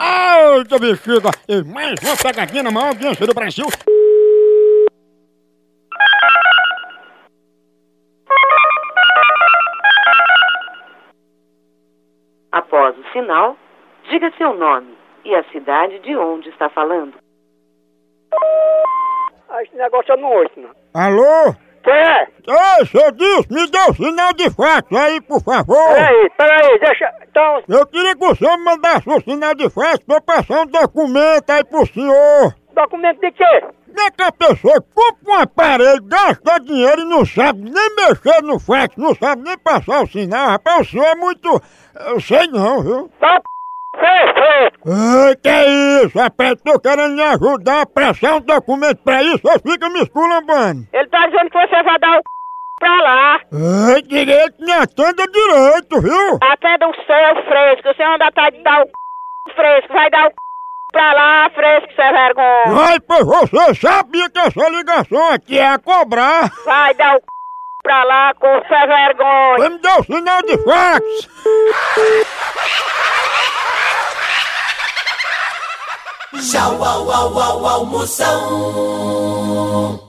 Eita, bexiga! E mais uma pegadinha na maior audiência do Brasil. Após o sinal, diga seu nome e a cidade de onde está falando. Ah, esse negócio eu não ouço, não. Alô? Quem é? Ei, seu disco, me dê o sinal de fax aí, por favor! Peraí, peraí, deixa. Então, Eu queria que o senhor me mandasse o sinal de fax pra eu passar um documento aí pro senhor. documento de quê? Como é que a pessoa compra um aparelho, gasta dinheiro e não sabe nem mexer no fax, não sabe nem passar o sinal? Rapaz, o senhor é muito... Eu sei não, viu? Tá p. Fez, fez. Ei, que isso, rapaz, tô querendo me ajudar a passar um documento pra isso, só fica me esculambando. Ele tá dizendo que você vai dar o c... pra lá. Ei, É direito me atenda direito, viu? Atenda o é seu fresco. Você anda atrás de dar o c... fresco. Vai dar o c... pra lá, fresco, sem vergonha. Ai, pois você sabia que essa ligação aqui é a cobrar. Vai dar o c... pra lá, com sem vergonha. Você me deu o sinal de fax. Tchau, au, au, au, almoção.